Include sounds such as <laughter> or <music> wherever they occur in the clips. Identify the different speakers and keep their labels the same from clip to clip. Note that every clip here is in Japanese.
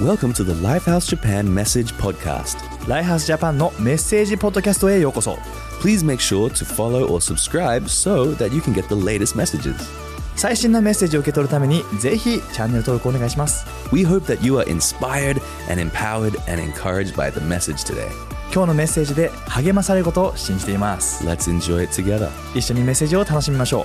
Speaker 1: Welcome to the Lifehouse Japan Message Podcast.
Speaker 2: ライハースジャパンのメッセージポッドキャストへようこそ
Speaker 1: Please make sure to follow or subscribe so that you can get the latest messages.
Speaker 2: 最新のメッセージを受け取るためにぜひチャンネル登録お願いします
Speaker 1: We hope that you are inspired and empowered and encouraged by the message today.
Speaker 2: 今日のメッセージで励まされることを信じています
Speaker 1: Let's enjoy it together.
Speaker 2: 一緒にメッセージを楽しみましょ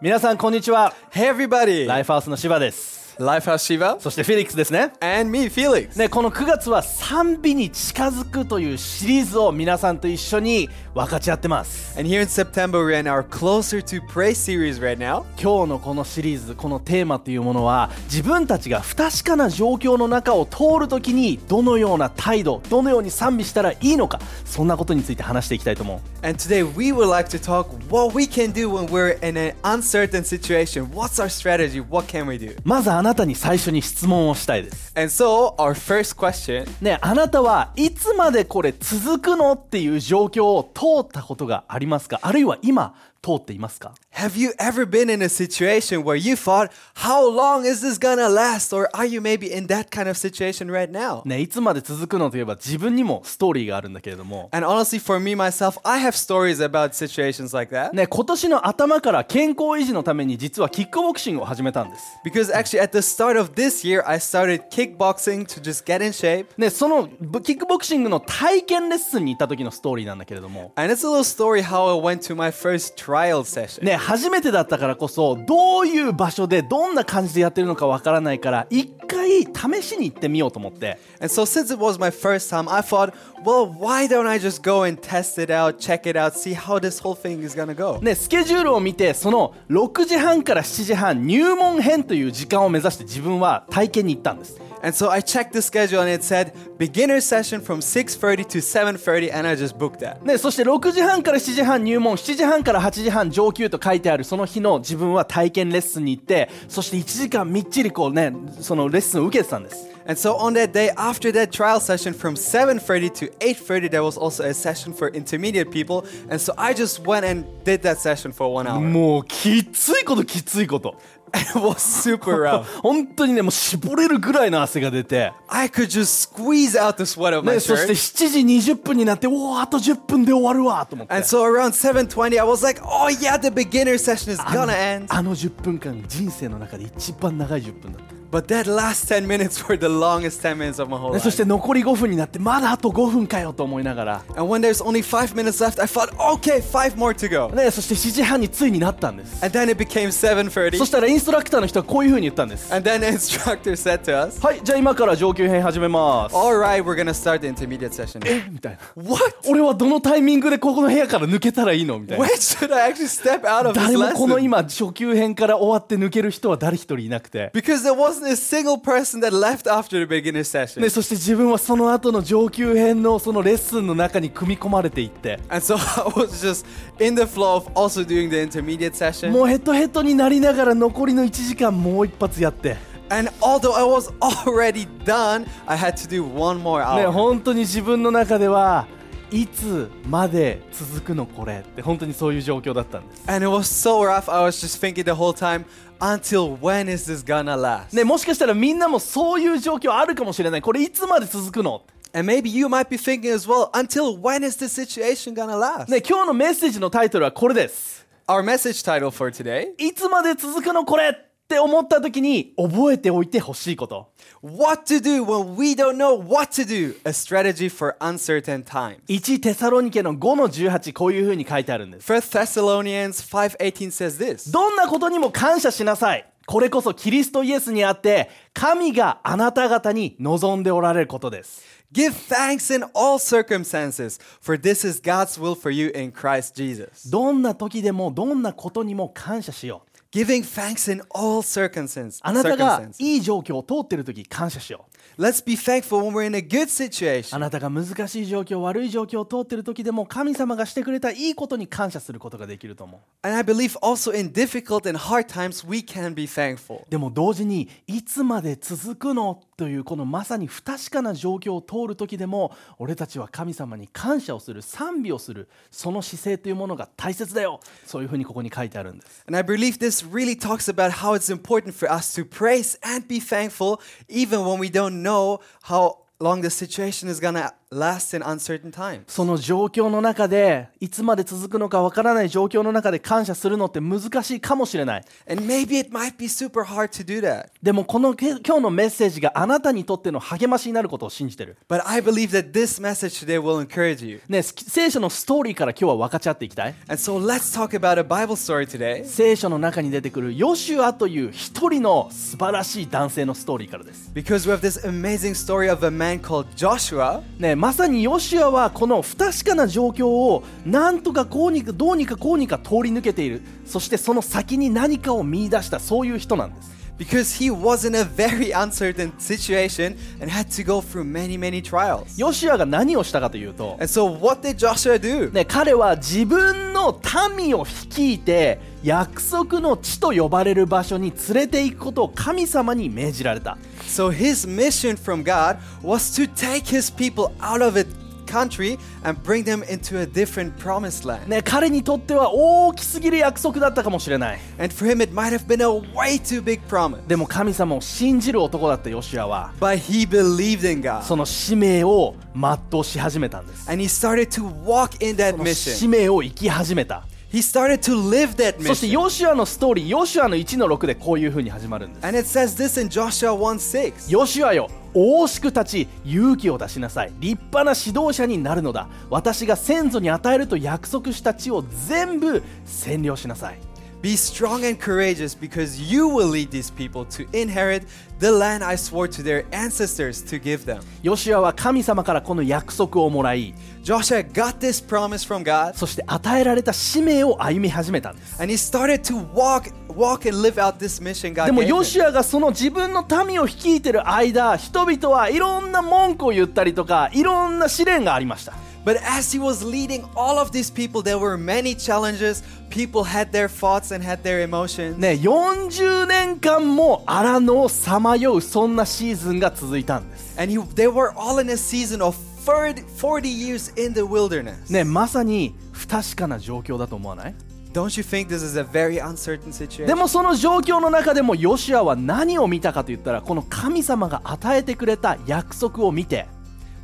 Speaker 3: 皆さんこんにちは
Speaker 4: Hey everybody!
Speaker 3: ライフハウスの柴です
Speaker 4: Lifehouse Shiva
Speaker 3: そしてフェリックスですね
Speaker 4: and me, Felix.
Speaker 3: ね、この9月は賛美に近づくというシリーズを皆さんと一緒に分かち合ってます
Speaker 4: And here in September, we're in our Closer to Pray series right now.
Speaker 3: 今日のこのシリーズこのテーマというものは自分たちが不確かな状況の中を通るときにどのような態度どのように賛美したらいいのかそんなことについて話していきたいと思う
Speaker 4: And today, we would like to talk what we can do when we're in an uncertain situation. What's our strategy? What can we do?
Speaker 3: まずあなたに最初に質問をしたいです
Speaker 4: And so, our first question
Speaker 3: ねあなたはいつまでこれ続くのっていう状況を通ったことがありますかあるいは今通っていますか
Speaker 4: Have you ever been in a situation where you thought, how long is this gonna last? Or are you maybe in that kind of situation right now?
Speaker 3: ね、いつまで続くのといえば自分にもストーリーがあるんだけれども、
Speaker 4: And honestly, for me, myself, I have stories about situations like that.
Speaker 3: ね、今年の頭から健康維持のために実はキックボクシングを始めたんです、
Speaker 4: Because actually, at the start of this year, I started kickboxing to just get in shape.
Speaker 3: ね、そのぶキックボクシングの体験レッスンに行った時のストーリーなんだけれども、
Speaker 4: And it's a little story how I went to my first trial session.
Speaker 3: ね、初めてだったからこそどういう場所でどんな感じでやってるのかわからないから一回試しに行ってみようと思って、
Speaker 4: And so, since it was my first time, I thought, well, why don't I just go and test it out, check it out, see how this whole thing is gonna go?
Speaker 3: ね、スケジュールを見てその6時半から7時半入門編という時間を目指して自分は体験に行ったんです。
Speaker 4: And so I checked the schedule and it said beginner session from 6:30 to 7:30 and I just booked that.
Speaker 3: ね、そして6時半から7時半入門7時半から8時半上級と書いてあるその日の自分は体験レッスンに行ってそして1時間みっちりこうねそのレッスンを受けてたんです
Speaker 4: And so on that day after that trial session from 7:30 to 8:30 there was also a session for intermediate people and so I just went and did that session for 1 hour.
Speaker 3: もうきついこときついこと
Speaker 4: <laughs> it was super rough.
Speaker 3: <laughs> 本当にねもう絞れるぐらいの汗が出て、
Speaker 4: <laughs> I could just squeeze out the sweat of my
Speaker 3: ね、そして
Speaker 4: shirt.
Speaker 3: 7時20分になっておおあと10分で終わるわと思って
Speaker 4: And so around 7:20, I was like, "Oh yeah, the beginner session is
Speaker 3: あの
Speaker 4: gonna end."
Speaker 3: あの10分間人生の中で一番長い10分だった、
Speaker 4: But that last 10 minutes <laughs> were the longest 10 minutes of my whole
Speaker 3: ね、そし
Speaker 4: life.
Speaker 3: て残り5分になってまだあと5分かよと思いながら、
Speaker 4: And when there's only five minutes left, I thought, "Okay, five more to go."
Speaker 3: ね、そして7時半についになったんです。
Speaker 4: And then it became 7:30.
Speaker 3: そしたらインストラクターの人はこういう風に言ったんです。
Speaker 4: <laughs> And then the instructor said to us,
Speaker 3: はい、じゃあ今から上級編始めます。
Speaker 4: All right, we're gonna start the intermediate session.
Speaker 3: みたいな。
Speaker 4: What?
Speaker 3: <laughs>
Speaker 4: <laughs>
Speaker 3: 俺はどのタイミングでここの部屋から抜けたらいいのみたいな。 <laughs>
Speaker 4: When should I actually step out of this
Speaker 3: 誰もこの
Speaker 4: lesson?
Speaker 3: 今初級編から終わって抜ける人は誰一人いなくて、
Speaker 4: Because there wasn't a single person that left after the beginner session.
Speaker 3: ね、そして自分はその後の上級編のそのレッスンの中に組み込まれていって、
Speaker 4: And so <laughs> I was just in the flow of also doing the intermediate session.
Speaker 3: もうヘトヘトになりながら残りの1時間もう一発やって、
Speaker 4: And although I was <laughs> already done, I had to do one more
Speaker 3: ね、
Speaker 4: hour.
Speaker 3: 本当に自分の中ではいつまで続くのこれって本当にそういう状況だったんです。
Speaker 4: And it was so rough, I was just thinking the whole time, until when is this gonna last?
Speaker 3: ね、もしかしたらみんなもそういう状況あるかもしれない。これいつまで続くの
Speaker 4: And maybe you might be thinking as well, until when is this situation gonna last?
Speaker 3: ね、今日のメッセージのタイトルはこれです。
Speaker 4: Our message title for today
Speaker 3: いつまで続くのこれって思った時に覚えておいてほしいこと。
Speaker 4: What to do when we don't know what to do, a strategy for uncertain times.
Speaker 3: 1テサロニケの5の18こういう風に書いてあるんです。
Speaker 4: First Thessalonians 5:18 says this.
Speaker 3: どんなことにも感謝しなさい。これこそキリストイエスにあって神があなた方に望んでおられることです。
Speaker 4: Give thanks in all circumstances, for this is God's will for you in Christ Jesus.
Speaker 3: どんな時でもどんなことにも感謝しよう。
Speaker 4: Giving thanks in all circumstances.
Speaker 3: あなたが
Speaker 4: circumstances.
Speaker 3: いい状況を通ってる時感謝しよう。
Speaker 4: Let's be thankful when we're in a good
Speaker 3: あ
Speaker 4: situation.
Speaker 3: なたが難しい状況悪い状況を通ってる時でも神様がしてくれたいいことに感謝することができると思う
Speaker 4: And I believe also in difficult and hard times we can be thankful.
Speaker 3: でも同時にいつまで続くのというこのまさに不確かな状況を通る時でも俺たちは神様に感謝をする賛美をするその姿勢というものが大切だよそういうふうにここに書いてあるんです
Speaker 4: And I believe this really talks about how it's important for us to praise and be thankful even when we don't know how long the situation is going to last in uncertain times.
Speaker 3: その状況の中でいつまで続くのかわからない状況の中で感謝するのって難しいかもしれない
Speaker 4: And maybe it might be super hard to do that.
Speaker 3: でもこのけ今日のメッセージがあなたにとっての励ましになることを信じてる
Speaker 4: But I believe that this message today will encourage you.
Speaker 3: ねす聖書のストーリーから今日は分かち合っていきたい
Speaker 4: And so let's talk about a Bible story today.
Speaker 3: 聖書の中に出てくるヨシュアという一人の素晴らしい男性のストーリーからです、
Speaker 4: Because we have this amazing story of a man called Joshua.
Speaker 3: ね、まさにヨシュアはこの不確かな状況をなんとかこうにかどうにかこうにか通り抜けているそしてその先に何かを見出したそういう人なんです
Speaker 4: Because he was in a very <laughs> uncertain situation and had to go through many, many trials.
Speaker 3: ヨシュアが何をしたかというと、
Speaker 4: And so, what did Joshua do?
Speaker 3: ね、彼は自分の民を率いて約束の地と呼ばれる場所に連れて行くことを神様に命じられた
Speaker 4: So, his mission from God was to take his people out of a country and bring them into a different promised land.
Speaker 3: ね、彼にとっては大きすぎる約束だったかもしれない
Speaker 4: And for him, it might have been a way too big promise.
Speaker 3: でも神様を信じる男だったヨシュアは
Speaker 4: But he believed in God.
Speaker 3: その使命を全うし始めたんです
Speaker 4: And he started to walk in that
Speaker 3: その使
Speaker 4: mission.
Speaker 3: 命を生き始めた
Speaker 4: He started to live that
Speaker 3: そして
Speaker 4: mission.
Speaker 3: ヨシュアのストーリーヨシュアの1の6でこういう風に始まるんです
Speaker 4: And it says this in Joshua 1 6.
Speaker 3: ヨシュアよ大しく立ち勇気を出しなさい立派な指導者になるのだ私が先祖に与えると約束した地を全部占領しなさい
Speaker 4: Be strong and courageous because you will lead these people to inherit the land I swore to their ancestors to give them.
Speaker 3: ヨシュアは神様からこの約束をもらい
Speaker 4: Joshua got this promise from God
Speaker 3: そして与えられた使命を歩み始めたんです
Speaker 4: and he started to walk walk and live out this mission God
Speaker 3: で
Speaker 4: gave
Speaker 3: も
Speaker 4: him.
Speaker 3: ヨシュアがその自分の民を率いてる間人々はいろんな文句を言ったりとかいろんな試練がありました
Speaker 4: But as he was leading all of these people there were many challenges. People had their thoughts and had their emotions.
Speaker 3: ね40年間も荒野をさまようそんなシーズンが続いたんです
Speaker 4: And he, they were all in a season of 30 40 years in the wilderness.
Speaker 3: ねまさに不確かな状況だと思わない
Speaker 4: Don't you think this is a very uncertain situation?
Speaker 3: でもその状況の中でもヨシュアは何を見たかと言ったらこの神様が与えてくれた約束を見て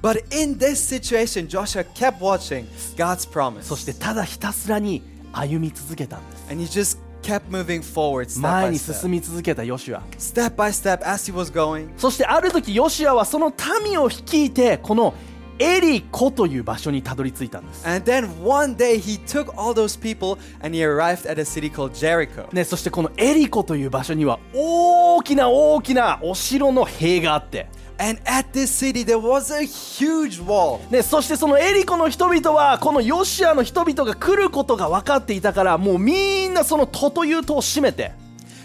Speaker 4: But in this situation, Joshua kept watching God's
Speaker 3: そし
Speaker 4: promise.
Speaker 3: てただひたすらに歩み続けたんです
Speaker 4: And he just kept moving forward step
Speaker 3: 前
Speaker 4: by
Speaker 3: に進
Speaker 4: step.
Speaker 3: み続けたヨシュア
Speaker 4: Step by step as he was going.
Speaker 3: そしてある時ヨシュアはその民を率いてこのエリコという場所にたどり着いたんです、
Speaker 4: And then one day he took all those people and he arrived at a city called Jericho.
Speaker 3: ね、そしてこのエリコという場所には大きな大きなお城の塀があって、
Speaker 4: And at this city there was a huge wall.
Speaker 3: ね、そしてそのエリコの人々はこのヨシュアの人々が来ることが分かっていたからもうみんなその戸という戸を閉めて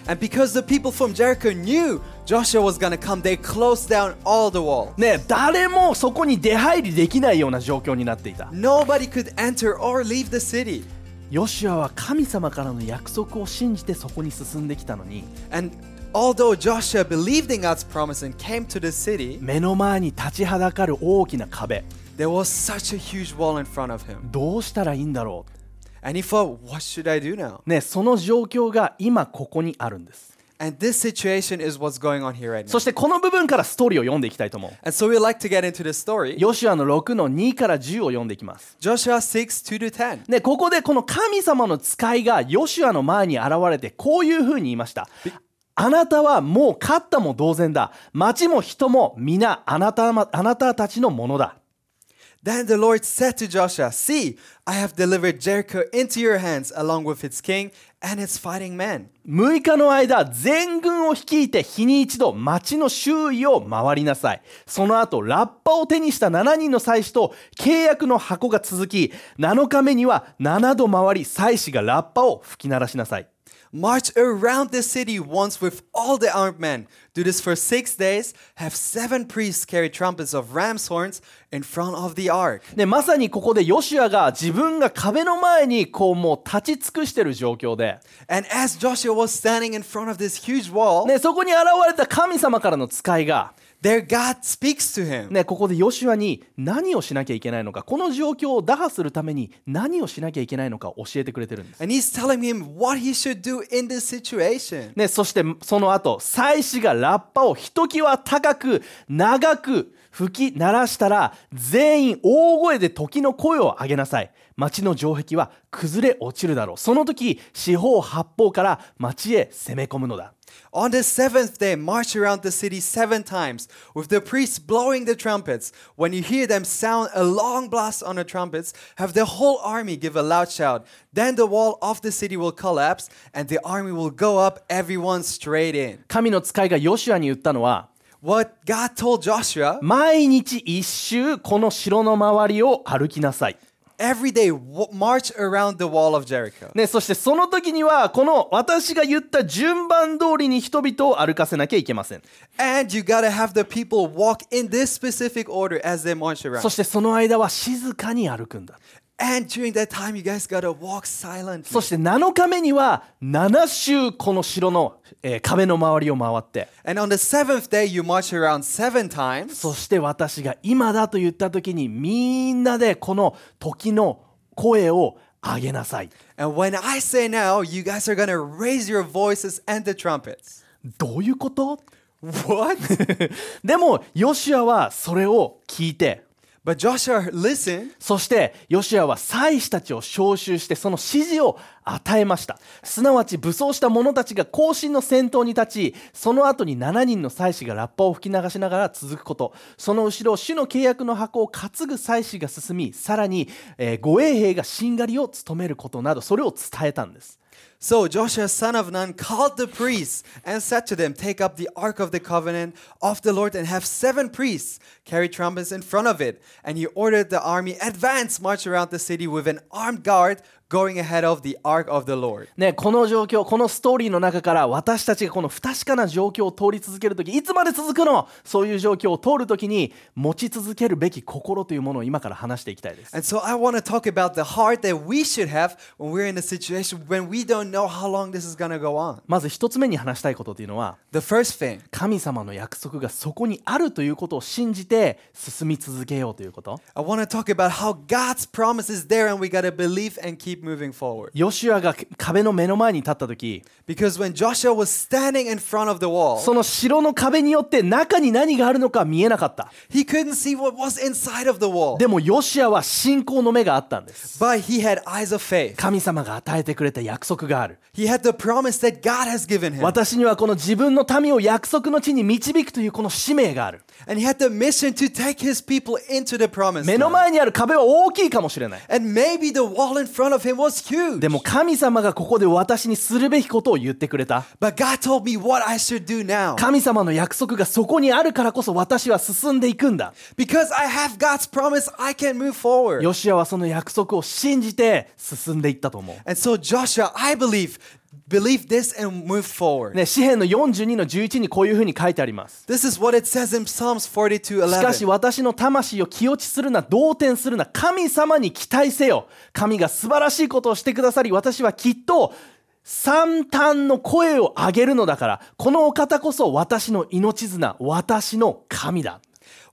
Speaker 4: And because the people from Jericho knew Joshua was gonna come, they closed down all the wall.
Speaker 3: ね誰もそこに出入りできないような状況になっていた
Speaker 4: Nobody could enter or leave the city.
Speaker 3: ヨシュアは神様からの約束を信じてそこに進んできたのに
Speaker 4: And although Joshua believed in God's promise and came to the city,
Speaker 3: 目の前に立ちはだかる大きな壁
Speaker 4: There was such a huge wall in front of him.
Speaker 3: どうしたらいいんだろ
Speaker 4: And he thought, what should I do now?
Speaker 3: うねその状況が今ここにあるんです
Speaker 4: And this situation is what's going on here right
Speaker 3: そ
Speaker 4: now.
Speaker 3: してこの部分からストーリーを読んでいきたいと思う
Speaker 4: And so we like to get into the story.
Speaker 3: ヨシュアの6の2から10を読んでいきます
Speaker 4: Joshua 6 2 to 10.
Speaker 3: でここでこの神様の使いがヨシュアの前に現れてこういうふうに言いましたあなたはもう勝ったも同然だ町も人も皆あなたまあなたたちのものだ
Speaker 4: Then the Lord said to Joshua, See, I have delivered Jericho into your hands along with its king and its fighting men.
Speaker 3: 6日の間全軍を率いて日に一度町の周囲を回りなさいその後ラッパを手にした7人の祭司と契約の箱が続き7日目には7度回り祭司がラッパを吹き鳴らしなさい
Speaker 4: March around the city once with all the armed men. Do this for six days. Have seven priests carry trumpets of ram's horns in front of the ark.
Speaker 3: でまさにここでヨシュアが自分が壁の前にこうもう立ち尽くしてる状況で、
Speaker 4: And as Joshua was standing in front of this huge wall,
Speaker 3: ね、そこに現れた神様からの使いが
Speaker 4: Their God speaks to him.
Speaker 3: ね、ここでヨシュアに何をしなきゃいけないのかこの状況を打破するために何をしなきゃいけないのかを教えてくれてるんです。
Speaker 4: And he's telling him what he should do in this situation.
Speaker 3: ね、そしてその後祭司がラッパをひときわ高く長く吹き鳴らしたら全員大声で時の声を上げなさい町の城壁は崩れ落ちるだろうその時四方八方から町へ攻め込むのだ
Speaker 4: On the seventh day, march around the city seven times, with the priests blowing the trumpets. When you hear them sound a long blast on the trumpets, have the whole army give a loud shout. Then the wall of the city will collapse, and the army will go up, everyone straight in.
Speaker 3: 神の使いがヨシュアに言ったのは
Speaker 4: What God told Joshua
Speaker 3: 毎日一周この城の周りを歩きなさい
Speaker 4: every day, w- march around the wall of Jericho.
Speaker 3: ね、そしてその時にはこの私が言った順番通りに人々を歩かせなきゃいけません
Speaker 4: And you gotta have the people walk in this specific order as they march around.
Speaker 3: そしてその間は静かに歩くんだ
Speaker 4: and during that time, you guys gotta walk silently.
Speaker 3: そして7日目には7周この城の、えー壁の周りを回って
Speaker 4: And on the seventh day, you march around seven times.
Speaker 3: そして私が今だと言った時にみんなでこの時の声を上げなさい
Speaker 4: And when I say now, you guys are gonna raise your voices and the trumpets.
Speaker 3: どういうこと
Speaker 4: What?
Speaker 3: <laughs> でもヨシュアはそれを聞いて
Speaker 4: but Joshua listened,
Speaker 3: そしてヨシュアは祭司たちを召集してその指示を与えましたすなわち武装した者たちが行進の先頭に立ちその後に7人の祭司がラッパを吹き流しながら続くことその後ろ主の契約の箱を担ぐ祭司が進みさらに、えー護衛兵がしんがりを務めることなどそれを伝えたんです
Speaker 4: So Joshua, son of Nun, called the priests and said to them, Take up the Ark of the Covenant of the Lord and have seven priests carry trumpets in front of it. And he ordered the army, Advance, march around the city with an armed guard going ahead of the Ark of the Lord.
Speaker 3: ね、この状況このストーリーの中から私たちがこの不確かな状況を通り続ける時いつまで続くのそういう状況を通る時に持ち続けるべき心というものを今から話していきたいです。
Speaker 4: And so I want to talk about the heart that we should have when we're in a situation when we don't know how long this is going to go on.
Speaker 3: まず一つ目に話したいことというのは
Speaker 4: The first thing
Speaker 3: 神様の約束がそこにあるということを信じて進み続けようということ。
Speaker 4: I want to talk about how God's promise is there and we got to believe and keep moving forward.
Speaker 3: ヨシュアが壁の目の前に立った時
Speaker 4: Because when Joshua was standing in front of the wall,
Speaker 3: その城の壁によって中に何があるのか見えなかった。
Speaker 4: he couldn't see what was inside of the wall.
Speaker 3: でもヨシュアは信仰の目があったんです。
Speaker 4: But he had eyes of faith.
Speaker 3: 神様が与えてくれた約束がある。
Speaker 4: He had the promise that God has given him.
Speaker 3: 私にはこの自分の民を約束の地に導くというこの使命がある
Speaker 4: And he had the mission to take his people into the promise.
Speaker 3: 目の
Speaker 4: land.
Speaker 3: 前にある壁は大きいかもしれない
Speaker 4: And maybe the wall in front of him was huge.
Speaker 3: でも神様がここで私にするべきことを言ってくれた
Speaker 4: But God told me what I should do now.
Speaker 3: 神様の約束がそこにあるからこそ私は進んでいくんだ
Speaker 4: Because I have God's promise, I can move forward.
Speaker 3: ヨシアはその約束を信じて進んでいったと思う
Speaker 4: And so Joshua, I believe, believe this and move forward.
Speaker 3: ね詩篇の42の11にこういうふうに書いてあります
Speaker 4: This is what it says in Psalms 42
Speaker 3: しかし
Speaker 4: 11.
Speaker 3: 私の魂を気落ちするな動転するな神様に期待せよ神が素晴らしいことをしてくださり私はきっと三端の声を上げるのだからこのお方こそ私の命綱私の神だ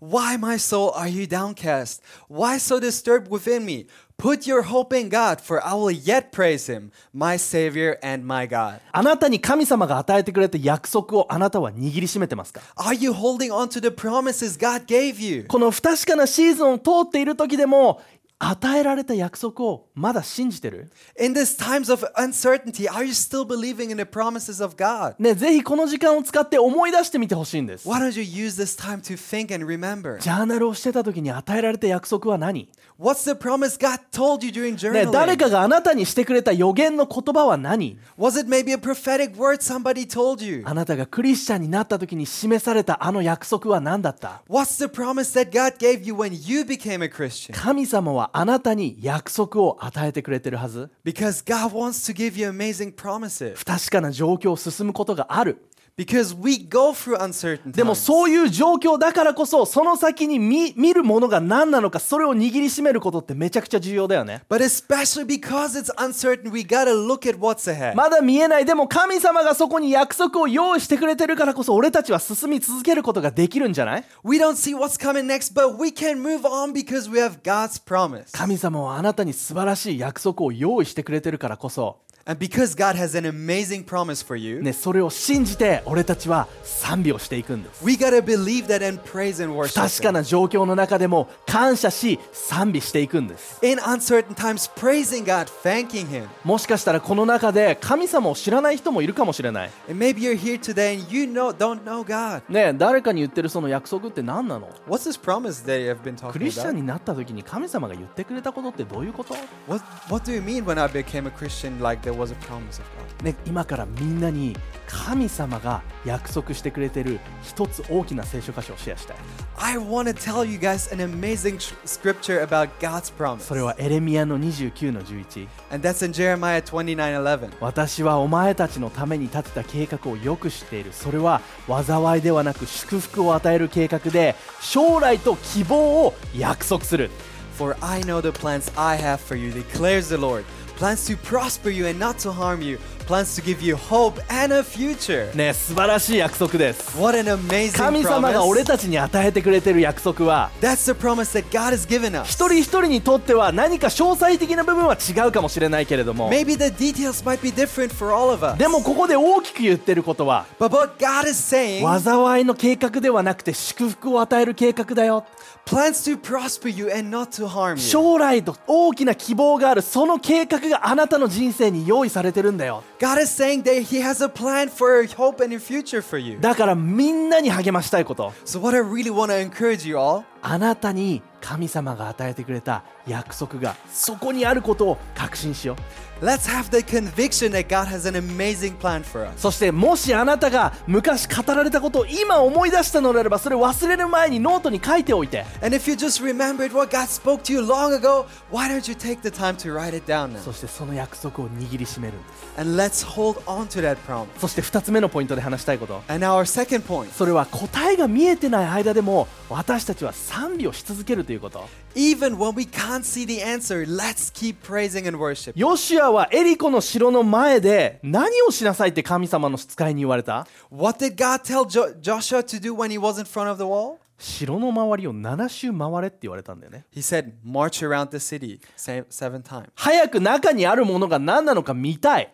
Speaker 4: Why, my soul, are you downcast? Why so disturbed within me? Put your hope in God, for I will yet praise him, my Savior and my God.
Speaker 3: あなたに神様が与えてくれた約束をあなたは握りしめてますか
Speaker 4: Are you holding on to the promises God gave you?
Speaker 3: この不確かなシーズンを通っている時でも与えられた約束をまだ信じてる
Speaker 4: In these times of uncertainty, are you still believing in the promises of God?
Speaker 3: ねぜひこの時間を使って思い出してみてほしいんです
Speaker 4: Why don't you use this time to think and remember?
Speaker 3: ジャーナルをしてた時に与えられた約束は何
Speaker 4: What's the promise God told you during
Speaker 3: ね、誰
Speaker 4: journaling?
Speaker 3: かがあなたにしてくれた予言の言葉は何
Speaker 4: Was it maybe a prophetic word somebody told you?
Speaker 3: あなたがクリスチャンになった時に示されたあの約束は何だった
Speaker 4: What's the promise that God gave you when you became a Christian?
Speaker 3: 神様はあなたに約束を与えてくれてるはず
Speaker 4: Because God wants to give you amazing promises.
Speaker 3: 不確かな状況を進むことがある
Speaker 4: because we go through uncertain
Speaker 3: でも
Speaker 4: times.
Speaker 3: そういう状況だからこそその先に見見るものが何なのかそれを握りしめることってめちゃくちゃ重要だよね
Speaker 4: But especially because it's uncertain, we gotta look at what's ahead.
Speaker 3: まだ見えないでも神様がそこに約束を用意してくれてるからこそ俺たちは進み続けることができるんじゃない
Speaker 4: We don't see what's coming next, but we can move on because we have God's promise.
Speaker 3: 神様はあなたに素晴らしい約束を用意してくれてるからこそ
Speaker 4: And because God has an amazing promise for you,
Speaker 3: ねそれを信じて俺たちは賛美をしていくんです
Speaker 4: we gotta believe that and praise and worship.
Speaker 3: 確か
Speaker 4: Him.
Speaker 3: な状況の中でも感謝し賛美していくんです
Speaker 4: In uncertain times, praising God, thanking Him.
Speaker 3: もしかしたらこの中で神様を知らない人もいるかもしれない
Speaker 4: And maybe you're here today and you know don't know God.
Speaker 3: ねえ誰かに言ってるその約束って何なの
Speaker 4: What's this promise that you have been
Speaker 3: ク
Speaker 4: talking
Speaker 3: リスチャン
Speaker 4: about?
Speaker 3: になった時に神様が言ってくれたことってどういうこと
Speaker 4: What What do you mean when I became a Christian? Like there was a promise of God.
Speaker 3: ね今からみんなに神様が約束してくれてる一つ大きな聖書箇所をシェアしたい
Speaker 4: I want to tell you guys an amazing sh- scripture about God's promise.
Speaker 3: それはエレミアの29の11
Speaker 4: And that's in Jeremiah 29:11.
Speaker 3: 私はお前たちのために立てた計画をよく知っているそれは災いではなく祝福を与える計画で将来と希望を約束する
Speaker 4: For I know the plans I have for you, declares the Lord. Plans to prosper you and not to harm you. Plans to give you hope and a future.
Speaker 3: ね素晴らしい約束です
Speaker 4: What an amazing
Speaker 3: 神様が俺
Speaker 4: promise.
Speaker 3: たちに与えてくれてる約束は
Speaker 4: That's the promise that God has given
Speaker 3: 一
Speaker 4: us.
Speaker 3: 人一人にとっては何か詳細的な部分は違うかもしれないけれども
Speaker 4: Maybe the details might be different for all of us.
Speaker 3: でもここで大きく言ってることは
Speaker 4: But what God is saying,
Speaker 3: 災いの計画ではなくて祝福を与える計画だよ
Speaker 4: plans to prosper you and not to harm you.
Speaker 3: 将来と大きな希望があるその計画があなたの人生に用意されてるんだよ
Speaker 4: God is saying that He has a plan for hope and a future for you.
Speaker 3: だからみんなに励ましたいこと
Speaker 4: So, what I really want to encourage you all
Speaker 3: あなたに神様が与えてくれた約束がそこにあることを確信しよう
Speaker 4: Let's have the conviction that God has an amazing plan for us.
Speaker 3: そしてもしあなたが昔語られたことを今思い出したのであればそれ忘れる前にノートに書いておいて
Speaker 4: And if you just remembered what God spoke to you long ago, why don't you take the time to write it down now?
Speaker 3: そしてその約束を握りしめるんです
Speaker 4: And let's hold on to that promise.
Speaker 3: そして2つ目のポイントで話したいこと
Speaker 4: And now, our second point
Speaker 3: それは答えが見えてない間でも私たちは賛美をし続けるということ
Speaker 4: even when we can't see the answer, let's keep praising and worship.
Speaker 3: ヨシュアはエリコの城の前で何をしなさいって神様の使いに言われた
Speaker 4: What did God tell jo- Joshua to do when he was in front of the wall?
Speaker 3: 城の周りを7周回れって言われたんだよね
Speaker 4: He said, March around the city se- seven times.
Speaker 3: 早く中にあるものが何なのか見たい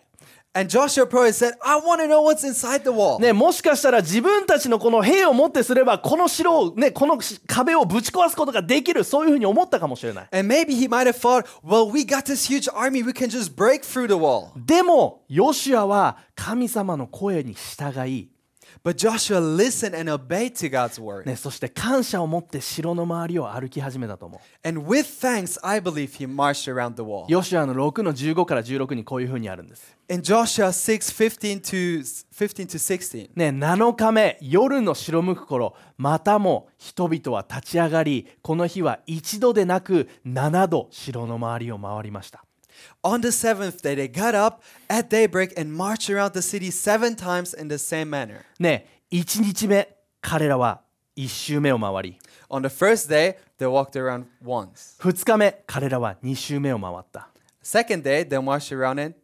Speaker 4: And Joshua probably said, I want to know what's inside the wall.
Speaker 3: ね、もしかしたら自分たちのこの兵を持ってすればこの城をねこの壁をぶち壊すことができるそういうふうに思ったかもしれない
Speaker 4: And maybe he might have thought, well, we got this huge army, we can just break through the wall.
Speaker 3: でもヨシュアは神様の声に従い、
Speaker 4: But Joshua listened and obeyed to God's word.
Speaker 3: ね、そして感謝を持って城の周りを歩き始めたと思う
Speaker 4: And with thanks, I believe he marched around the wall.
Speaker 3: ヨシュアの6の15から16にこういうふうにあるんです、
Speaker 4: In Joshua 6 15 to, 15 to 16,
Speaker 3: ね、7日目夜の白むく頃またも人々は立ち上がりこの日は一度でなく7度城の周りを回りました
Speaker 4: on the seventh day, they got up at daybreak and marched around the city seven times in the same manner.
Speaker 3: ね1日目彼らは1周目を回り
Speaker 4: On the first day, they walked around once.
Speaker 3: 2日目彼らは2周目を回った
Speaker 4: Second day, they marched around it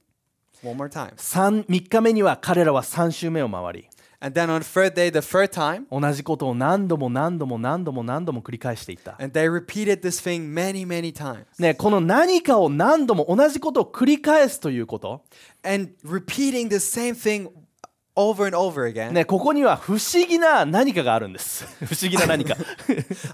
Speaker 4: one more time.
Speaker 3: 3, 3日目には彼らは3周目を回り
Speaker 4: And then on the third day, the third time,
Speaker 3: 同じことを何度も何度も何度も何度も繰り返していった、
Speaker 4: and they repeated this thing many, many times.
Speaker 3: ね、この何かを何度も同じことを繰り返すということ、
Speaker 4: And repeating the same thing over and over again.
Speaker 3: ね、ここには不思議な何かがあるんです <laughs> 不思議な何か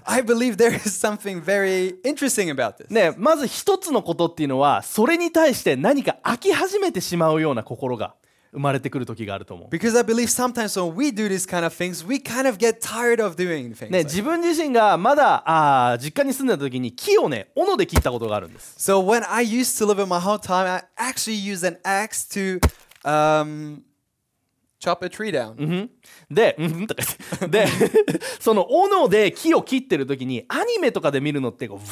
Speaker 4: I believe there is something very interesting about this.
Speaker 3: ねまず一つのことっていうのはそれに対して何か飽き始めてしまうような心が生まれてくる時があると思う
Speaker 4: Because I believe sometimes when we do these kind of things, we kind of get tired of doing things.
Speaker 3: ね、
Speaker 4: like-
Speaker 3: 自分自身がまだあー実家に住んでた時に木をね斧で切ったことがあるんです
Speaker 4: so when I used to live in my hometown, I actually used an axe to um, chop a tree down.
Speaker 3: で「 <laughs> うんうん」とか言ってで <laughs> その斧で木を切ってる時にアニメとかで見るのってこう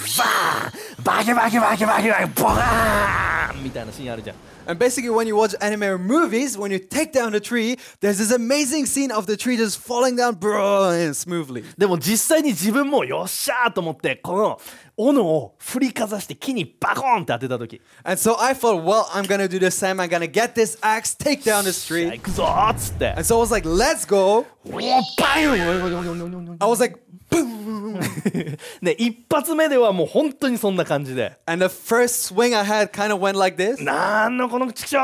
Speaker 3: バーンバキバキバキバキバキボカーンみたいなシーンあるじゃん
Speaker 4: And basically, when you watch anime movies, when you take down a tree, there's this amazing scene of the tree just falling down bro, and smoothly.
Speaker 3: でも実際に自分もよっしゃーと思ってこの斧を振りかざして木にバコーンって当てた時
Speaker 4: And so I thought, well, I'm gonna do the same. I'm gonna get this axe, take down this
Speaker 3: いや
Speaker 4: tree.
Speaker 3: 行くぞーっつって
Speaker 4: And so I was like, let's go.
Speaker 3: おーバイン
Speaker 4: I was like, boom.
Speaker 3: <laughs>
Speaker 4: <laughs>
Speaker 3: ね一発目ではもう本当にそんな感じで
Speaker 4: And the first swing I had kind of went like this.
Speaker 3: なんのこの畜生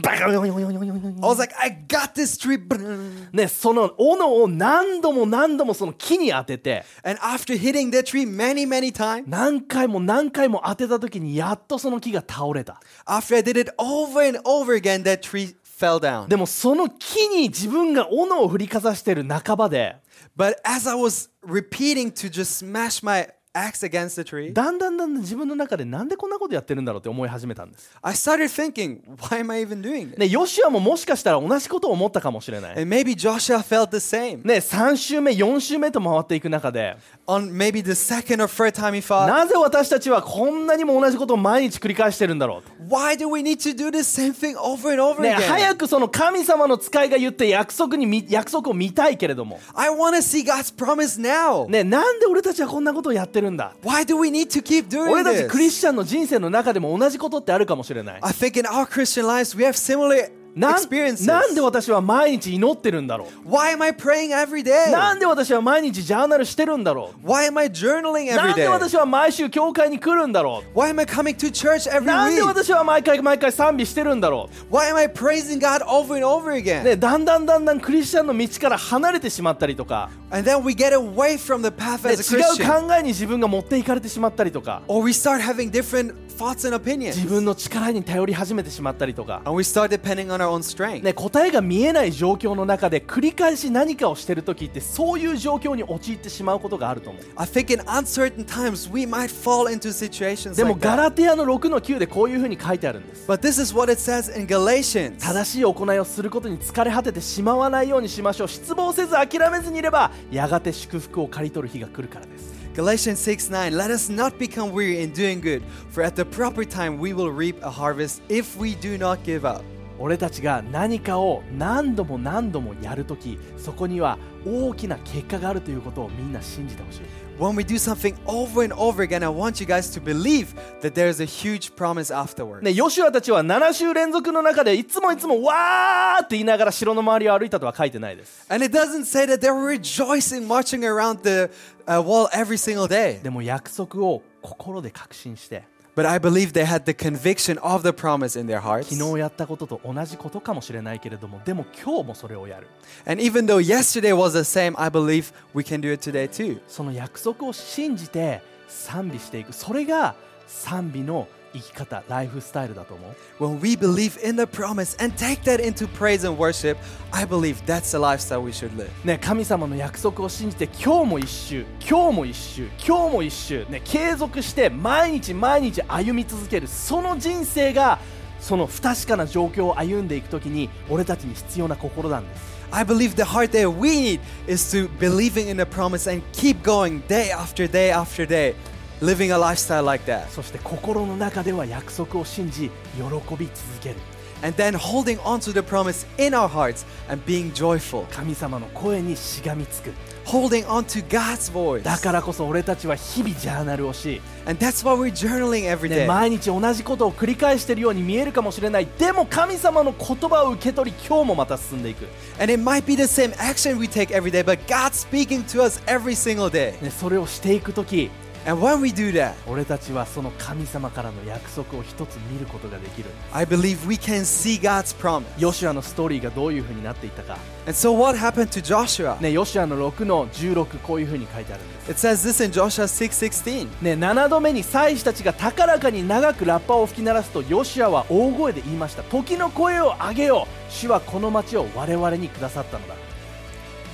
Speaker 3: バカ
Speaker 4: I was like, I got this tree. boom.
Speaker 3: ねその斧を何度も何度もその木に当てて
Speaker 4: And after hitting that tree many, many times,
Speaker 3: 何回も何回も当てた時にやっとその木が倒れた
Speaker 4: after I did it over and over again, that tree fell down.
Speaker 3: でもその木に自分が斧を振りかざしてる半ばで
Speaker 4: But as I was repeating to just smash my axe against the tree,
Speaker 3: だんだんだんだん自分の中でなんでこんなことやってるんだろうって思い始めたんです
Speaker 4: I started thinking, why am I even doing this?
Speaker 3: ねヨシュアももしかしたら同じことを思ったかもしれない
Speaker 4: And maybe Joshua felt the same.
Speaker 3: ね3周目4周目と回っていく中で
Speaker 4: On maybe the second or third time he thought,
Speaker 3: なぜ私たちはこんなにも同じことを毎日繰り返してるんだろう
Speaker 4: why do we need to do the same thing over and over
Speaker 3: ね、
Speaker 4: again?
Speaker 3: 早くその神様の使いが言って約束にみ約束を見たいけれども、
Speaker 4: I want to see God's promise now.
Speaker 3: ね、なんで俺たちはこんなことをやってるんだ
Speaker 4: Why do we need to keep doing
Speaker 3: 俺たちクリ
Speaker 4: this?
Speaker 3: スチャンの人生の中でも同じことってあるかもしれない
Speaker 4: I think in our Christian lives we have similar
Speaker 3: なんなんで
Speaker 4: experiences.
Speaker 3: 私は毎日祈ってるんだろ
Speaker 4: Why am I praying every
Speaker 3: う
Speaker 4: day?
Speaker 3: なんで私は毎日ジャーナルしてるんだろ
Speaker 4: Why am I journaling
Speaker 3: うな
Speaker 4: every
Speaker 3: んで
Speaker 4: day?
Speaker 3: 私は毎週教会に来るんだろ
Speaker 4: Why am I coming to church
Speaker 3: う
Speaker 4: every
Speaker 3: なんで
Speaker 4: week?
Speaker 3: 私は毎回毎回賛美してるんだろ
Speaker 4: Why am I praising God over and over
Speaker 3: う、
Speaker 4: again?
Speaker 3: ね、だんだんだんだんクリスチャンの道から離れてしまったりとか、
Speaker 4: And then we get away from the path
Speaker 3: ね、違
Speaker 4: as a Christian.
Speaker 3: う考えに自分が持っていかれてしまったりとか
Speaker 4: Or we start having different thoughts and opinions.
Speaker 3: 自分の力に頼り始めてしまったりとか
Speaker 4: And we start depending on our own strength.
Speaker 3: ね、答えが見えない状況の中で繰り返し何かをしてる時ってそういう状況に陥ってしまうことがあると思う
Speaker 4: I think in uncertain times we might fall into situations
Speaker 3: でも
Speaker 4: like
Speaker 3: ガ
Speaker 4: that.
Speaker 3: ラテヤの6の9でこういうふうに書いてあるんです
Speaker 4: But this is what it says in Galatians.
Speaker 3: 正しい行いをすることに疲れ果ててしまわないようにしましょう失望せず諦めずにいればやがて祝福を刈り取る日が来るからです
Speaker 4: Galatians 6 9. Let us not become weary in doing good, for at the proper time we will reap a harvest if we do not give up.
Speaker 3: 俺たちが何かを何度も何度もやる時そこには大きな結果があるということをみんな信じてほしい
Speaker 4: When we do something over and over again, I want you guys to believe that there is a huge promise afterward.
Speaker 3: ね、ヨシュアたちは7週連続の中でいつもいつもわーって言いながら城の周りを歩いたとは書いてないです
Speaker 4: And it doesn't say that they were rejoicing marching around the uh, wall every single day.
Speaker 3: でも約束を心で確信して
Speaker 4: But I believe they had the conviction of the promise in their hearts.
Speaker 3: 昨日やったことと同じことかもしれないけれどもでも今日もそれをやる
Speaker 4: And even though yesterday was the same, I believe we can do it today too.
Speaker 3: その約束を信じて賛美していくそれが賛美の生き方ライフスタイルだと思う
Speaker 4: When we believe in the promise and take that into praise and worship, I believe that's the lifestyle we should live.
Speaker 3: ね、神様の約束を信じて今日も一周今日も一周今日も一周、ね、継続して毎日毎日歩み続けるその人生がその不確かな状況を歩んでいく時に俺たちに必要な心なんです
Speaker 4: I believe the heart that we need is to believing in the promise and keep going day after day after day, living a lifestyle like that.
Speaker 3: そして心の中では約束を信じ喜び続ける
Speaker 4: And then holding on to the promise in our hearts and being joyful,
Speaker 3: 神様の声にしがみつく
Speaker 4: holding on to God's voice.
Speaker 3: だからこそ俺たちは日々ジャーナルをし、
Speaker 4: And that's why we're journaling every
Speaker 3: ね、
Speaker 4: day.
Speaker 3: 毎日同じことを繰り返しているように見えるかもしれないでも神様の言葉を受け取り今日もまた進んでいく
Speaker 4: And it might be the same action we take every day, but God's speaking to us every single day.
Speaker 3: ね、それをしていく時
Speaker 4: And when we do that,
Speaker 3: 俺たちはその神様からの約束を一つ見ることができる
Speaker 4: I believe we can see God's promise.
Speaker 3: ヨシュアのストーリーがどういう風になっていったか、
Speaker 4: And so, what happened to Joshua?
Speaker 3: ね、ヨシュアの6の16こういう風に書いてあるんです、
Speaker 4: It says this in Joshua 6:16.
Speaker 3: ね、7度目に祭司たちが高らかに長くラッパを吹き鳴らすとヨシュアは大声で言いました時の声を上げよう主はこの町を我々にくださったのだ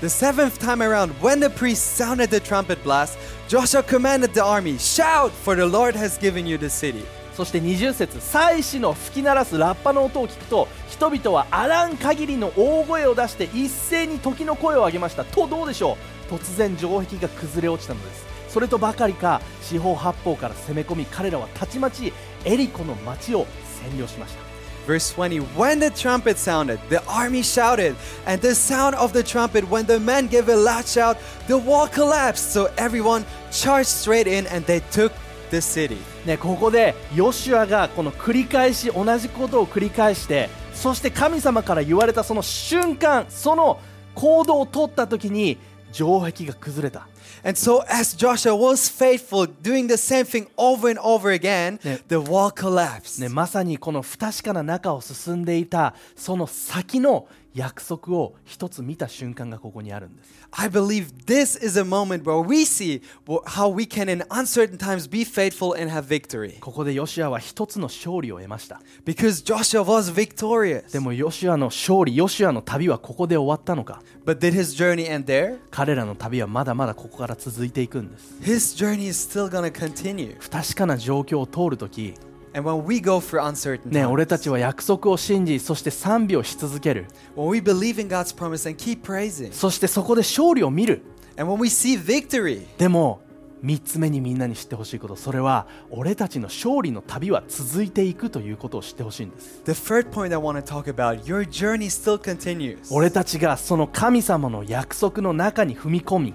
Speaker 4: The seventh time around, when the priest sounded the trumpet blast, Joshua commanded the army, "Shout, for the Lord has given you the city."
Speaker 3: そして20節祭司の吹き鳴らすラッパの音を聞くと人々はあらん限りの大声を出して一斉に時の声を上げましたとどうでしょう突然城壁が崩れ落ちたのですそれとばかりか四方八方から攻め込み彼らはたちまちエリコの町を占領しました
Speaker 4: Verse 20 When the trumpet sounded, the army shouted, and the sound of the trumpet, when the men gave a loud shout, the wall collapsed. So everyone charged straight in and they took the city.
Speaker 3: ね、ここでヨシュアがこの繰り返し同じことを繰り返してそして神様から言われたその瞬間その行動を取った時に城壁が崩れた
Speaker 4: And so, as Joshua was faithful, doing the same thing over and over again,
Speaker 3: Yeah.
Speaker 4: the wall collapsed.
Speaker 3: ね、まさにこの不確かな中を進んでいたその先の約束を一つ見た瞬間がここにあるんです
Speaker 4: I believe this is a moment where we see wh- how we can, in uncertain times, be faithful and have victory.
Speaker 3: ここでヨシュアは一つの勝利を得ました
Speaker 4: Because Joshua was victorious.
Speaker 3: でもヨシュアの勝利ヨシュアの旅はここで終わったのか
Speaker 4: But did his journey end there?
Speaker 3: 彼らの旅はまだまだここから続いていくんです
Speaker 4: His journey is still gonna continue.
Speaker 3: 不確かな状況を通る時
Speaker 4: And when we go through uncertain
Speaker 3: ね、俺た
Speaker 4: times,
Speaker 3: ちは約束を信じそして賛美をし続ける
Speaker 4: when we believe in God's promise and keep praising,
Speaker 3: そしてそこで勝利を見る
Speaker 4: and when we see victory,
Speaker 3: でも3つ目にみんなに知ってほしいことそれは俺たちの勝利の旅は続いていくということを知ってほしいんです
Speaker 4: the third point I wanna talk about your journey still continues.
Speaker 3: 俺たちがその神様の約束の中に踏み込み、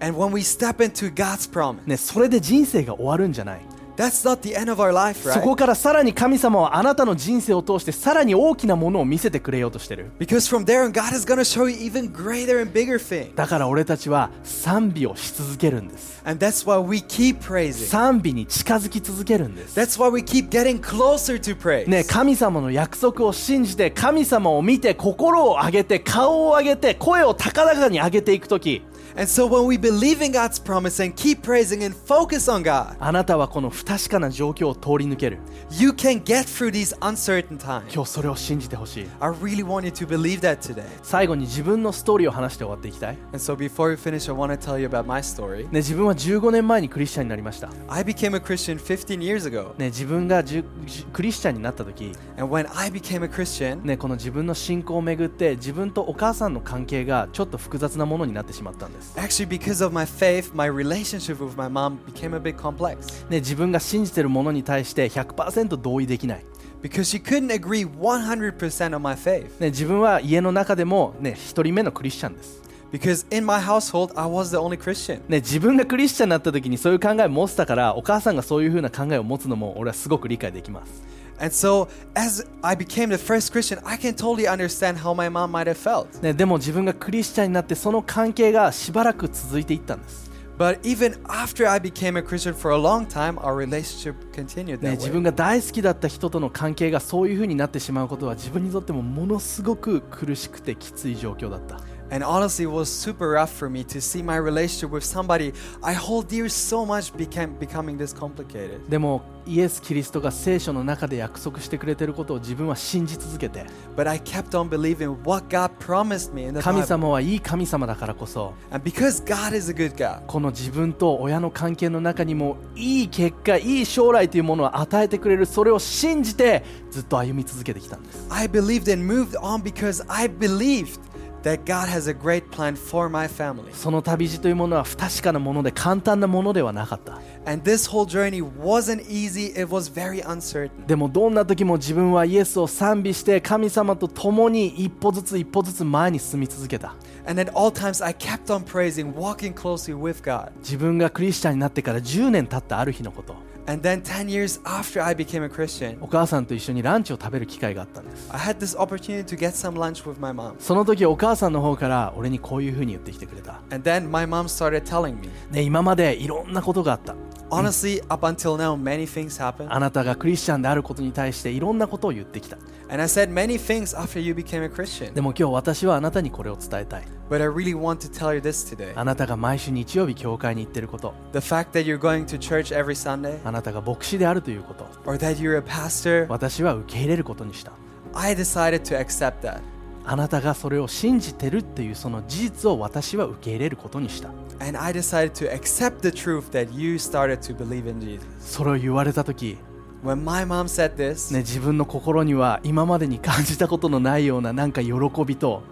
Speaker 4: And when we step into God's promise,
Speaker 3: ね、それで人生が終わるんじゃない、
Speaker 4: that's not the end of our life,
Speaker 3: そこ
Speaker 4: right?
Speaker 3: からさらに神様はあなたの人生を通してさらに大きなものを見せてくれようとしてる
Speaker 4: Because from there on, God is gonna show you even greater and bigger things.
Speaker 3: だから俺たちは賛美をし続けるんです
Speaker 4: And that's why we keep praising.
Speaker 3: 賛美に近づき続けるんです
Speaker 4: That's why we keep getting closer to praise.
Speaker 3: ね、神様の約束を信じて神様を見て心を上げて顔を上げて声を高々に上げていく時
Speaker 4: And so when we believe in God's promise and keep praising and focus on God,
Speaker 3: あなたはこの不確かな状況を通り抜ける
Speaker 4: you can get through these uncertain times.
Speaker 3: 今日それを信じてほしい
Speaker 4: I really want you to believe that today.
Speaker 3: 最後に自分のストーリーを話して終わっていきたい、ね、
Speaker 4: And so before we finish, I want to tell you about my story.
Speaker 3: 自分は15年前にクリスチャンになりました、ね、
Speaker 4: I became a Christian 15 years ago.
Speaker 3: 自分がじゅじクリスチャンになった時、
Speaker 4: And when I became a Christian,
Speaker 3: ね、この自分の信仰をめぐって自分とお母さんの関係がちょっと複雑なものになってしまったんです、
Speaker 4: actually because of my faith, my relationship with my mom became a bit complex
Speaker 3: ね、自分が信じてるものに対して100%同意できない、
Speaker 4: because she couldn't agree 100% on my faith.
Speaker 3: ね、自分は家の中でも、ね、一人目のクリスチャンです、
Speaker 4: Because in my household, I was the only Christian.
Speaker 3: ね、自分がクリスチャンになった時にそういう考えを持ってたからお母さんがそういう風な考えを持つのも俺はすごく理解できます
Speaker 4: And so, as I became the first Christian, I can totally understand how my mom might have felt.
Speaker 3: ね、でも自分がクリスチャンになってその関係がしばらく続いていったんです、
Speaker 4: But even after I became a Christian for a long time, our relationship continued
Speaker 3: ね、
Speaker 4: that
Speaker 3: 自
Speaker 4: way.
Speaker 3: 分が大好きだった人との関係がそういう風になってしまうことは自分にとってもものすごく苦しくてきつい状況だった、
Speaker 4: And honestly, it was super rough for me to see my relationship with somebody I hold dear so much became becoming this complicated.
Speaker 3: でもイエス・キリストが聖書の中で約束してくれてることを自分は信じ続けて
Speaker 4: But I kept on believing what God promised me in the
Speaker 3: 神
Speaker 4: Bible.
Speaker 3: 様はいい神様だからこそ
Speaker 4: And because God is a good God,
Speaker 3: この自分と親の関係の中にもいい結果いい将来というものを与えてくれるそれを信じてずっと歩み続けてきたんです
Speaker 4: I believed and moved on because I believed that God has a great plan for my family.
Speaker 3: その旅路というものは不確かなもので簡単なものではなかった
Speaker 4: And this whole journey wasn't easy, it was very uncertain.
Speaker 3: でもどんな時も自分はイエスを賛美して神様と共に一歩ずつ一歩ずつ前に進み続けた
Speaker 4: And at all times, I kept on praising, walking closely with God.
Speaker 3: 自分がクリスチャンになってから10年経ったある日のこと
Speaker 4: And then 10 years after I became a Christian,
Speaker 3: お母さんと一緒にランチを食べる機会があったんです
Speaker 4: I had this opportunity to get some lunch with my mom.
Speaker 3: その時お母さんの方から俺にこういうふうに言ってきてくれた、
Speaker 4: And then my mom started telling me,
Speaker 3: ね、今までいろんなことがあった
Speaker 4: honestly, up until now, many things happened.
Speaker 3: あなたがクリスチャンであることに対していろんなことを言ってきた
Speaker 4: And I said many things after you became a Christian.
Speaker 3: でも今日私はあなたにこれを伝えたい
Speaker 4: But I really want to tell you this today.
Speaker 3: あなたが毎週日曜日教会に行ってること
Speaker 4: The fact that you're going to church every Sunday,
Speaker 3: あなたが牧師であるということ
Speaker 4: or that you're a pastor,
Speaker 3: 私は受け入れることにした
Speaker 4: I decided to accept that.
Speaker 3: あなたがそれを信じてるっていうその事実を私は受け入れることにした
Speaker 4: And I decided to accept the truth that you started to believe in Jesus.
Speaker 3: それを言われた時、
Speaker 4: When my mom said this,
Speaker 3: ね、自分の心には今までに感じたことのないようななんか喜びと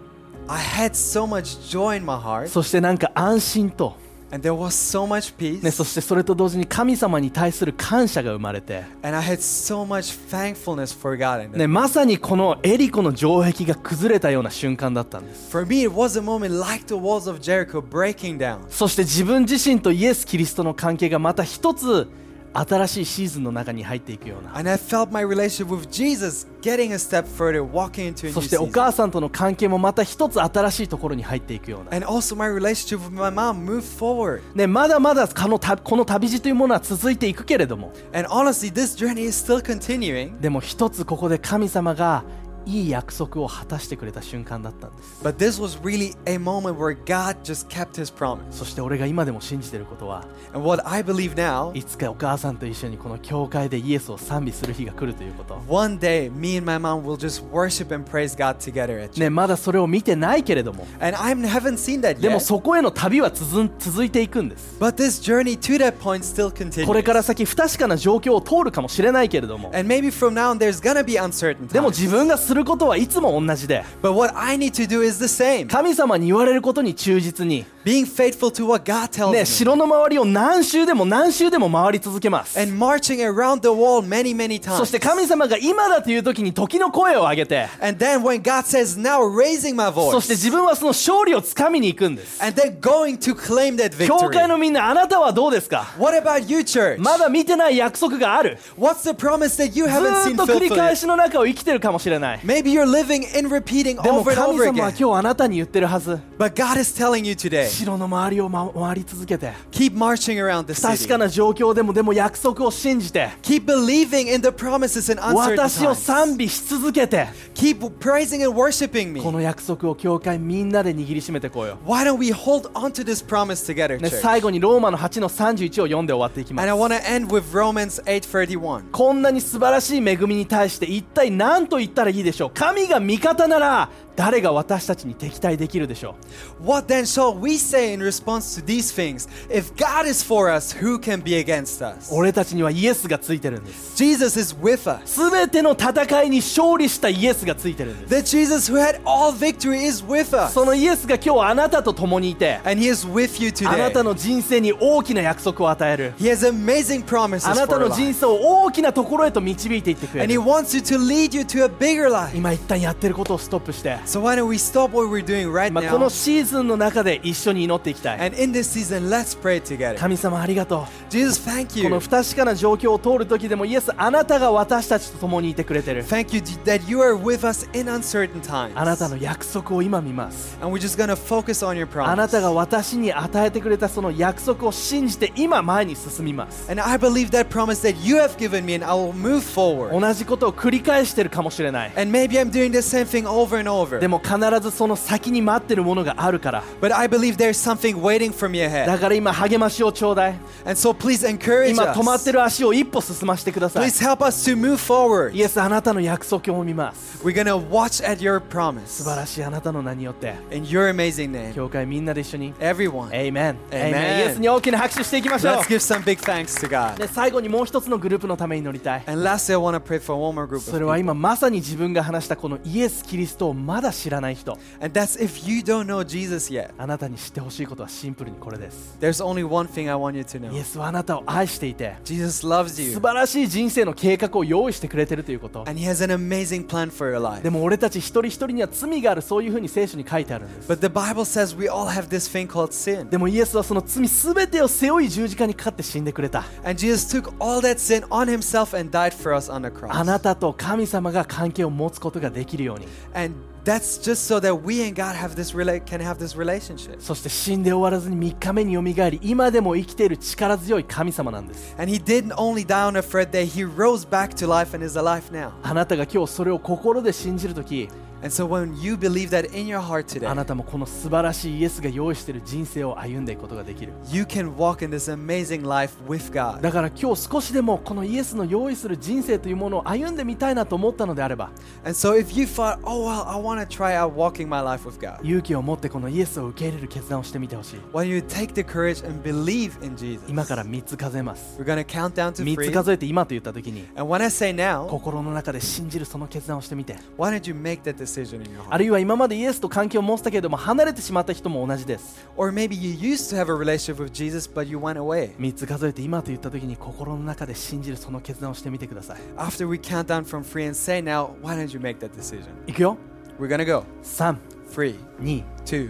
Speaker 4: I had so much joy in my heart
Speaker 3: そしてなんか安心と
Speaker 4: And there was so much
Speaker 3: ね、
Speaker 4: peace.
Speaker 3: そしてそれと同時に神様に対する感謝が生まれて、
Speaker 4: And I had so much thankfulness for God. In that.
Speaker 3: ね、まさにこのエリコの城壁が崩れたような瞬間だったんです
Speaker 4: For me, it was a moment like the walls of Jericho breaking down.
Speaker 3: そして自分自身とイエス・キリストの関係がまた一つ新しいシーズンの中に入っていくような
Speaker 4: And I felt my relationship with Jesus getting a step further, walking into a
Speaker 3: そ
Speaker 4: new
Speaker 3: してお
Speaker 4: season.
Speaker 3: 母さんとの関係もまた一つ新しいところに入っていくような、
Speaker 4: And also my relationship with my mom moved forward.
Speaker 3: ね、まだまだこのたこの旅路というものは続いていくけれども
Speaker 4: And honestly, this journey is still continuing.
Speaker 3: でも一つここで神様がいい約束を果たしてくれた瞬間だったんです
Speaker 4: But this was really a moment where God just kept his promise.
Speaker 3: そして俺が今でも信じてることは
Speaker 4: And what I believe now,
Speaker 3: いつかお母さんと一緒にこの教会でイエスを賛美する日が来るということ
Speaker 4: one day me and my mom will just worship and praise God together at church.
Speaker 3: ねまだそれを見てないけれども
Speaker 4: And I haven't seen that
Speaker 3: でも
Speaker 4: yet.
Speaker 3: そこへの旅は続ん続いていくんです
Speaker 4: But this journey to that point still continues.
Speaker 3: これから先不確かな状況を通るかもしれないけれども
Speaker 4: And maybe from now on there's gonna be uncertain
Speaker 3: でも
Speaker 4: times.
Speaker 3: 自分がすることはいつも同じで
Speaker 4: But what I need to do is the same.
Speaker 3: 神様に言われることに忠実に
Speaker 4: Being faithful to what God tells
Speaker 3: ね
Speaker 4: me.
Speaker 3: 城の周りを何周でも何周でも回り続けます
Speaker 4: And marching around the wall many, many
Speaker 3: そ
Speaker 4: times.
Speaker 3: して神様が今だという時に時の声を上げて
Speaker 4: And then when God says now raising my
Speaker 3: そして
Speaker 4: voice
Speaker 3: 自分はその勝利をつかみに行くんです
Speaker 4: and then going to claim that
Speaker 3: 教会
Speaker 4: victory.
Speaker 3: のみんなあなたはどうですか
Speaker 4: What about you, church?
Speaker 3: まだ見てない約束がある
Speaker 4: What's the promise that you
Speaker 3: ず
Speaker 4: haven't
Speaker 3: ー
Speaker 4: seen
Speaker 3: っと繰り
Speaker 4: fulfilled?
Speaker 3: 返
Speaker 4: yet?
Speaker 3: しの中を生きてるかもしれない
Speaker 4: Maybe you're living in repeating
Speaker 3: でも
Speaker 4: over and
Speaker 3: 神
Speaker 4: over
Speaker 3: 様は
Speaker 4: again.
Speaker 3: 今日あなたに言ってるはず
Speaker 4: But God is telling you today,
Speaker 3: 城の周りを、ま、回り続けて
Speaker 4: keep marching around the
Speaker 3: 確
Speaker 4: city.
Speaker 3: かな状況でもでも約束を信じて
Speaker 4: Keep believing in the promises and
Speaker 3: 私を
Speaker 4: uncertain
Speaker 3: 賛
Speaker 4: times.
Speaker 3: 美し続けて
Speaker 4: Keep praising and worshiping
Speaker 3: こ
Speaker 4: me.
Speaker 3: の約束を教会みんなで握りしめてこうよ、
Speaker 4: Why don't we hold on to this promise together,
Speaker 3: ね、
Speaker 4: church?
Speaker 3: 最後にローマの8の31を読んで終わっていきま
Speaker 4: And I
Speaker 3: す
Speaker 4: want to end with Romans 8:31.
Speaker 3: こんなに素晴らしい恵みに対して一体何と言ったらいいでしょう神が味方なら誰が私たちに敵対できるでしょう
Speaker 4: What then shall we say in response to these things? If God is for us, who can be against us?
Speaker 3: 俺たちにはイエスがついてるんです
Speaker 4: Jesus is with us.
Speaker 3: 全ての戦いに勝利したイエスがついてるんです
Speaker 4: The Jesus who had all victory is with us.
Speaker 3: そのイエスが今日あなたと共にいて
Speaker 4: And he is with you
Speaker 3: あな
Speaker 4: today.
Speaker 3: たの人生に大きな約束を与える
Speaker 4: He has amazing
Speaker 3: あ
Speaker 4: promises
Speaker 3: なた
Speaker 4: for
Speaker 3: の
Speaker 4: your
Speaker 3: 人
Speaker 4: life.
Speaker 3: 生を大きなところへと導いていってくれ
Speaker 4: And he
Speaker 3: る
Speaker 4: wants you to lead you to a bigger life.
Speaker 3: 今一旦やってることをストップして
Speaker 4: So why don't we stop what we're doing right
Speaker 3: まあこの
Speaker 4: now?
Speaker 3: シーズンの中で一緒に祈っていきたい
Speaker 4: And in this season, let's pray together.
Speaker 3: 神様ありがと
Speaker 4: Jesus, thank
Speaker 3: うこの
Speaker 4: you.
Speaker 3: 不確かな状況を通る時でもイエスあなたが私たちと共にいてくれてる
Speaker 4: Thank you that you are with us in uncertain
Speaker 3: あなた
Speaker 4: times.
Speaker 3: の約束を今見ます
Speaker 4: And we're just gonna focus on your
Speaker 3: あな
Speaker 4: promise.
Speaker 3: たが私に与えてくれたその約束を信じて今前に進みます
Speaker 4: And I believe that promise that you have given me, and I will move forward.
Speaker 3: 同じことを繰り返してるかもしれない
Speaker 4: And maybe I'm doing the same thing over and
Speaker 3: で
Speaker 4: over.
Speaker 3: も必ずその先に待ってるものがあるから
Speaker 4: But I believe there's something waiting for me
Speaker 3: だ
Speaker 4: ahead.
Speaker 3: から今励ましをちょうだい
Speaker 4: And so please encourage
Speaker 3: 今止まっ
Speaker 4: us.
Speaker 3: てる足を一歩進ませてください
Speaker 4: Please help us to move forward.
Speaker 3: イエスあなたの約束を見ます
Speaker 4: We're gonna watch at your promise.
Speaker 3: 素晴らしいあなたの名によって
Speaker 4: In your amazing name.
Speaker 3: 教会みんなで一緒に
Speaker 4: Everyone.
Speaker 3: エイメンエイ
Speaker 4: Amen
Speaker 3: メンイエスに大きな拍手していきましょ
Speaker 4: Let's
Speaker 3: う
Speaker 4: give some big thanks to God.
Speaker 3: で最後にもう一つのグループのために祈りたい
Speaker 4: And lastly, I want to pray for one more group.
Speaker 3: そ
Speaker 4: Of
Speaker 3: れは
Speaker 4: people.
Speaker 3: 今まさに自分が話したこのイエス・キリストをまだ知らない人
Speaker 4: And that's if you don't know Jesus yet.
Speaker 3: あなたに知ってほしいことはシンプルにこれです
Speaker 4: There's only one thing I want you to
Speaker 3: イエ
Speaker 4: know.
Speaker 3: スはあなたを愛していて
Speaker 4: Jesus loves
Speaker 3: 素
Speaker 4: you.
Speaker 3: 晴らしい人生の計画を用意してくれてるということ
Speaker 4: And he has an amazing plan for your life.
Speaker 3: でも俺たち一人一人には罪があるそういうふうに聖書に書いてあるんです
Speaker 4: But the Bible says we all have this thing called sin.
Speaker 3: でもイエスはその罪全てを背負い十字架にかかって死んでくれた
Speaker 4: And Jesus took all that sin on himself and died for us on the
Speaker 3: あな
Speaker 4: cross.
Speaker 3: たと神様が関係を持つことができるように
Speaker 4: And that's just so that we and God have this rela- can have this relationship.
Speaker 3: そして死んで終わらずに3日目によみがえり今でも生きている力強い神様なんです
Speaker 4: And he didn't only die on a third day, he rose back to life and is alive now.
Speaker 3: あなたが今日それを心で信じるとき
Speaker 4: And so when you believe that in your heart today,
Speaker 3: あなたもこの素晴らしいイエスが用意している人生を歩んでいくことができる
Speaker 4: you can walk in this amazing life with God.
Speaker 3: だから今日少しでもこのイエスの用意する人生というものを歩んでみたいなと思ったのであれば
Speaker 4: And so if you thought, oh well, I want to try out walking my life with God,
Speaker 3: 勇気を持ってこのイエスを受け入れる決断をしてみてほしい
Speaker 4: why don't you take the courage and believe in Jesus?
Speaker 3: 今から3つ数えます
Speaker 4: We're gonna count down to
Speaker 3: 3つ
Speaker 4: three.
Speaker 3: 数えて今と言った時に
Speaker 4: And when I say now,
Speaker 3: 心の中で信じるその決断をしてみて
Speaker 4: why don't you make that decision in your
Speaker 3: あ
Speaker 4: heart.
Speaker 3: るいは今までイエスと関係を持ってたけれども離れてしまった人も同じです
Speaker 4: Or maybe you used to have a relationship with Jesus, but you went away.
Speaker 3: 3つ数えて今と言った時に心の中で信じるその決断をしてみてください
Speaker 4: After we count down from three and say now, why don't you make that decision?
Speaker 3: いくよ
Speaker 4: We're gonna go.
Speaker 3: 321
Speaker 4: Three, two,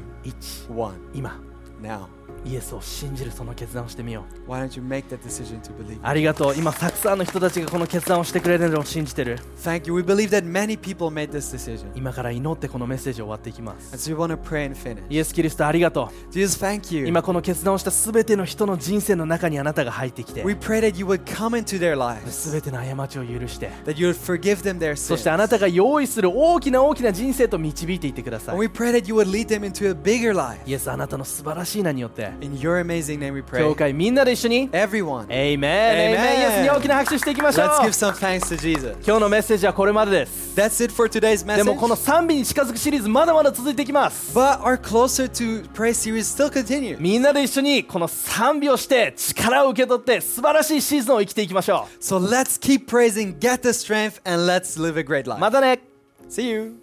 Speaker 4: one.
Speaker 3: 今
Speaker 4: Now,
Speaker 3: イエスを信じるその決断をしてみよう
Speaker 4: why don't you make that decision to believe?
Speaker 3: ありがとう今たくさんの人たちがこの決断をしてくれるのを信じてる
Speaker 4: Thank you. We believe that many people made this decision.
Speaker 3: 今から祈ってこのメッセージを終わっていきま
Speaker 4: And
Speaker 3: す
Speaker 4: so we wanna pray and finish.
Speaker 3: イエス・キリストありがと
Speaker 4: Jesus, thank
Speaker 3: う
Speaker 4: you.
Speaker 3: 今この決断をした全ての人の人生の中にあなたが入ってきて
Speaker 4: We pray that you would come into their lives,
Speaker 3: 全ての過ちを許して
Speaker 4: that you would forgive them their
Speaker 3: そ
Speaker 4: sins.
Speaker 3: してあなたが用意する大きな大きな人生と導いていってくださ
Speaker 4: And
Speaker 3: い
Speaker 4: we pray that you would lead them into a bigger life.
Speaker 3: イエスあなたの素晴らしい名によって
Speaker 4: In your amazing name we
Speaker 3: 教
Speaker 4: pray.
Speaker 3: 会みんなで一緒に
Speaker 4: Everyone,
Speaker 3: エイメンエイメンイエスに大きな拍手していきましょう
Speaker 4: let's give some thanks to Jesus.
Speaker 3: 今日のメッセージはこれまでです
Speaker 4: That's it for today's
Speaker 3: で
Speaker 4: message.
Speaker 3: もこの賛美に近づくシリーズまだまだ続いていきます
Speaker 4: But our Closer to Pray series still continues.
Speaker 3: みんなで一緒にこの賛美をして力を受け取って素晴らしいシーズンを生きていきましょ
Speaker 4: So let's keep praising, get the strength, and let's live a great
Speaker 3: う
Speaker 4: life.
Speaker 3: またね
Speaker 4: See you.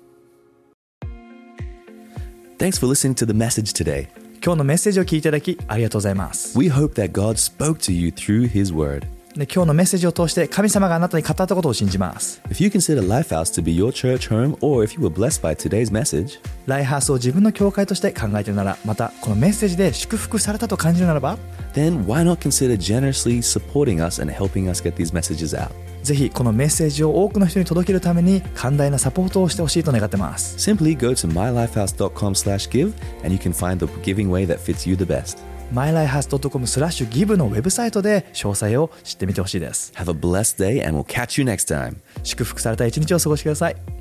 Speaker 1: Thanks for listening to the message today.
Speaker 2: 今日のメッセージを聞いていただきありがとうございます
Speaker 1: We hope that God spoke to you through His Word.
Speaker 2: で今日のメッセージを通して神様があなたに語ったことを信じます
Speaker 1: If you consider Lifehouse to be your church home, or if you were blessed by today's message,
Speaker 2: ライハースを自分の教会として考えているならまたこのメッセージで祝福されたと感じるならば
Speaker 1: then why not consider generously supporting us and helping us get these messages out?
Speaker 2: ぜひこのメッセージを多くの人に届けるために寛大なサポートをしてほしいと願ってます
Speaker 1: Simply go to mylifehouse.com/give and you can find the giving way that fits you the best.
Speaker 2: mylifehouse.com スラッシュギブのウェブサイトで詳細を知ってみてほしいです
Speaker 1: Have a blessed day and we'll catch you next time.
Speaker 2: 祝福された一日を過ごしてください